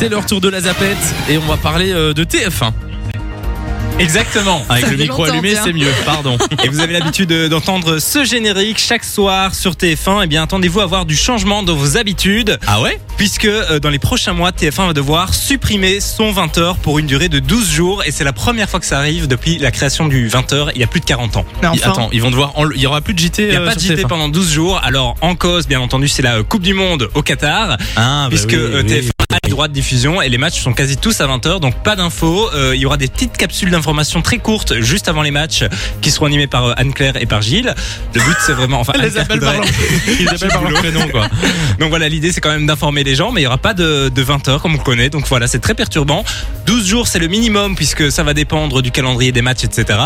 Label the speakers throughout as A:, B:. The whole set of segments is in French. A: C'est le retour de la zapette et on va parler euh, de TF1.
B: Exactement.
A: Avec
C: Ça
A: le
C: fait
A: micro
C: longtemps,
A: allumé,
C: tiens.
A: c'est mieux, pardon.
B: Et vous avez l'habitude de- d'entendre ce générique chaque soir sur TF1. Eh bien, attendez-vous à avoir du changement dans vos habitudes,
A: Ah ouais
B: puisque euh, dans les prochains mois, TF1 va devoir supprimer son 20h pour une durée de 12 jours. Et c'est la première fois que ça arrive depuis la création du 20h il y a plus de 40 ans.
A: Il- Attends, ils vont devoir. enle- Il y aura plus de JT.
B: Il n'y a
A: euh,
B: pas de
A: sur
B: JT
A: TF1.
B: pendant 12 jours. Alors, en cause, bien entendu, c'est la euh, Coupe du Monde au Qatar,
A: Ah, bah
B: puisque
A: oui,
B: euh,
A: oui.
B: TF1 a le droit de diffusion et les matchs sont quasi tous à 20h, donc pas d'infos. Euh, il y aura des petites capsules d'informations très courtes juste avant les matchs qui seront animées par euh, Anne-Claire et par Gilles. Le but, c'est vraiment. Enfin,
A: Elle les
B: Anne-Claire
A: appelle par
B: Coudray.
A: leur- Ils appellent par leur prénom, quoi.
B: Donc voilà, l'idée, c'est quand même d'informer les gens, mais il n'y aura pas de, de 20h comme on connaît. Donc voilà, c'est très perturbant. 12 jours, c'est le minimum, puisque ça va dépendre du calendrier des matchs, etc.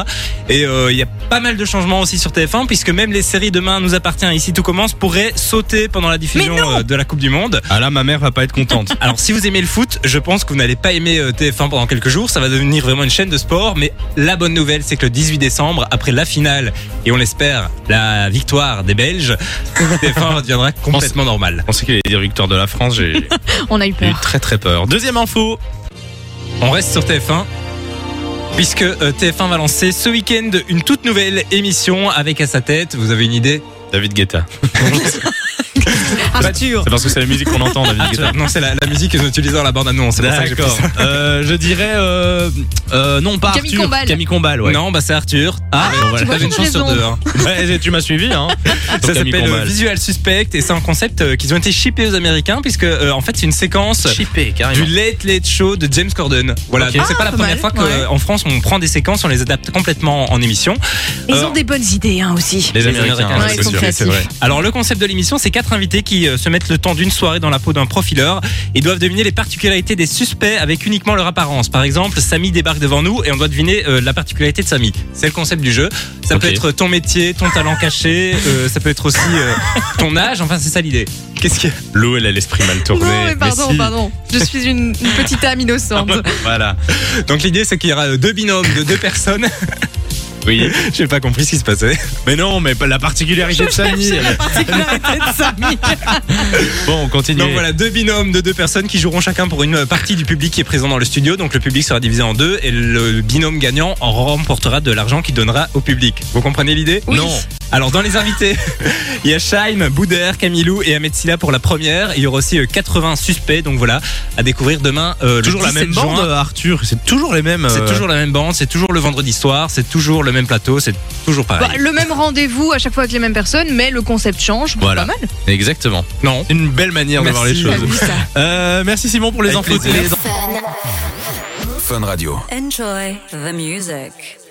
B: Et euh, il y a pas mal de changements aussi sur TF1, puisque même les séries Demain nous appartient, ici tout commence, pourraient sauter pendant la diffusion euh, de la Coupe du Monde.
A: Ah là, ma mère va pas être contente.
B: Alors si vous aimez le foot, je pense que vous n'allez pas aimer euh, TF1 pendant quelques jours, ça va devenir vraiment une chaîne de sport, mais la bonne nouvelle c'est que le 18 décembre, après la finale, et on l'espère, la victoire des Belges, TF1 redeviendra complètement normal.
A: On sait qu'il est directeur de la France, j'ai
C: On a eu
A: j'ai eu
C: peur.
A: très très peur. Deuxième info.
B: On reste sur TF1. Puisque euh, TF1 va lancer ce week-end une toute nouvelle émission avec à sa tête, vous avez une idée
A: David Guetta.
C: Arthur,
A: C'est parce que c'est la musique qu'on entend, David Guetta.
B: Non, c'est la, la musique que nous utilisons dans la bande annonce. c'est pour ça que j'ai pris
A: D'accord.
B: ça.
A: Euh, je dirais. Euh, euh, non, pas
C: Camille
A: Arthur.
C: Combal.
A: Camille Combal, ouais.
B: Non, bah c'est Arthur.
A: Ah, bon, voilà.
C: vois,
B: T'avais une
C: j'avais
B: chance sur
C: raison.
B: deux. hein.
A: Ouais, tu m'as suivi, hein. Donc,
B: Ça
A: Camille
B: s'appelle euh,
A: Combal.
B: Visual Suspect et c'est un concept euh, qu'ils ont été shippés aux Américains puisque euh, en fait c'est une séquence
A: Chippé,
B: du
A: carrément.
B: Late Late Show de James Corden. Voilà,
A: Ok.
B: donc c'est Ah, pas la
C: pas
B: première
C: mal,
B: fois qu'en
C: ouais.
B: France on prend des séquences, on les adapte complètement en émission.
C: ils
B: Euh,
C: ont des bonnes idées hein, aussi.
A: Les
B: Les
A: Américains,
B: Américains,
A: ouais,
B: ils
A: c'est
C: sont
A: sûr,
C: créatifs.
A: c'est vrai.
B: Alors le concept de l'émission, c'est quatre invités qui euh, se mettent le temps d'une soirée dans la peau d'un profileur et doivent deviner les particularités des suspects avec uniquement leur apparence. Par exemple, Samy débarque devant nous et on doit deviner euh, la particularité de Samy. C'est le concept du jeu. Ça peut
A: Ok.
B: être ton métier, ton talent caché, euh, ça peut être aussi euh, ton âge. Enfin, c'est ça l'idée. Qu'est-ce que
A: L'eau, elle a l'esprit mal tourné.
C: Non, mais pardon,
A: si.
C: pardon. Je suis une, une petite âme innocente.
A: Voilà.
B: Donc l'idée c'est qu'il y aura euh, deux binômes de deux personnes.
A: Oui.
B: J'ai pas compris ce qui se passait.
A: Mais non, mais la particularité de Samy.
C: C'est la particularité de Samy.
A: Bon, on continue.
B: Donc voilà, deux binômes de deux personnes qui joueront chacun pour une partie du public qui est présent dans le studio. Donc le public sera divisé en deux et le binôme gagnant en remportera de l'argent qu'il donnera au public. Vous comprenez l'idée
C: Oui.
A: Non.
B: Alors dans les invités, il y a Shaim, Boudère, Camilou et Ahmed Silla pour la première. Il y aura aussi euh, 80 suspects. Donc voilà, à découvrir demain. euh, le
A: Toujours la même
B: 17 juin.
A: bande, Arthur. C'est toujours les mêmes.
B: C'est
A: euh,
B: toujours la même bande, c'est toujours le vendredi soir, c'est toujours le même plateau, c'est toujours pareil.
C: Bah, le même rendez-vous à chaque fois avec les mêmes personnes, mais le concept change. C'est
A: Voilà. Euh,
C: Pas mal.
A: Exactement.
B: Non.
A: Une belle manière de voir les
B: Merci.
A: choses.
C: T'as vu Bah, ça
A: Euh, merci Simon pour les
B: Avec
A: infos.
B: plaisir.
A: télé.
D: Enjoy the music.